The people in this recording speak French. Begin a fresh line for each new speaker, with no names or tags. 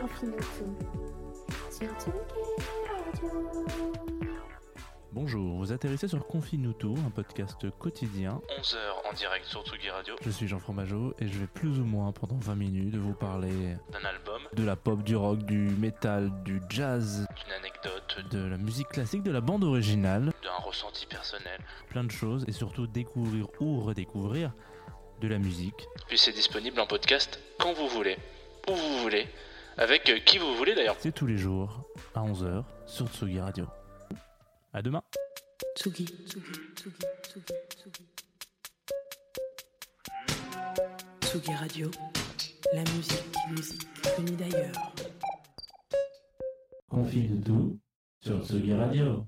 Infinito sur Tsugi Radio.
Bonjour, vous atterrissez sur Confinuto, un podcast quotidien.
11h en direct sur Tsugi Radio
Je suis Jean Fromageau et je vais plus ou moins pendant 20 minutes vous parler
d'un album,
de la pop, du rock, du métal, du jazz,
d'une anecdote,
de la musique classique, de la bande originale,
d'un ressenti personnel.
plein de choses et surtout découvrir ou redécouvrir de la musique.
Puis c'est disponible en podcast quand vous voulez, où vous voulez, avec euh, qui vous voulez d'ailleurs.
C'est tous les jours à 11h sur Tsugi Radio. À demain.
Tsugi, Tsugi, Tsugi, Tsugi, Tsugi. Tsugi Radio, la musique, musique venue d'ailleurs.
Confinuto sur Tsugi Radio.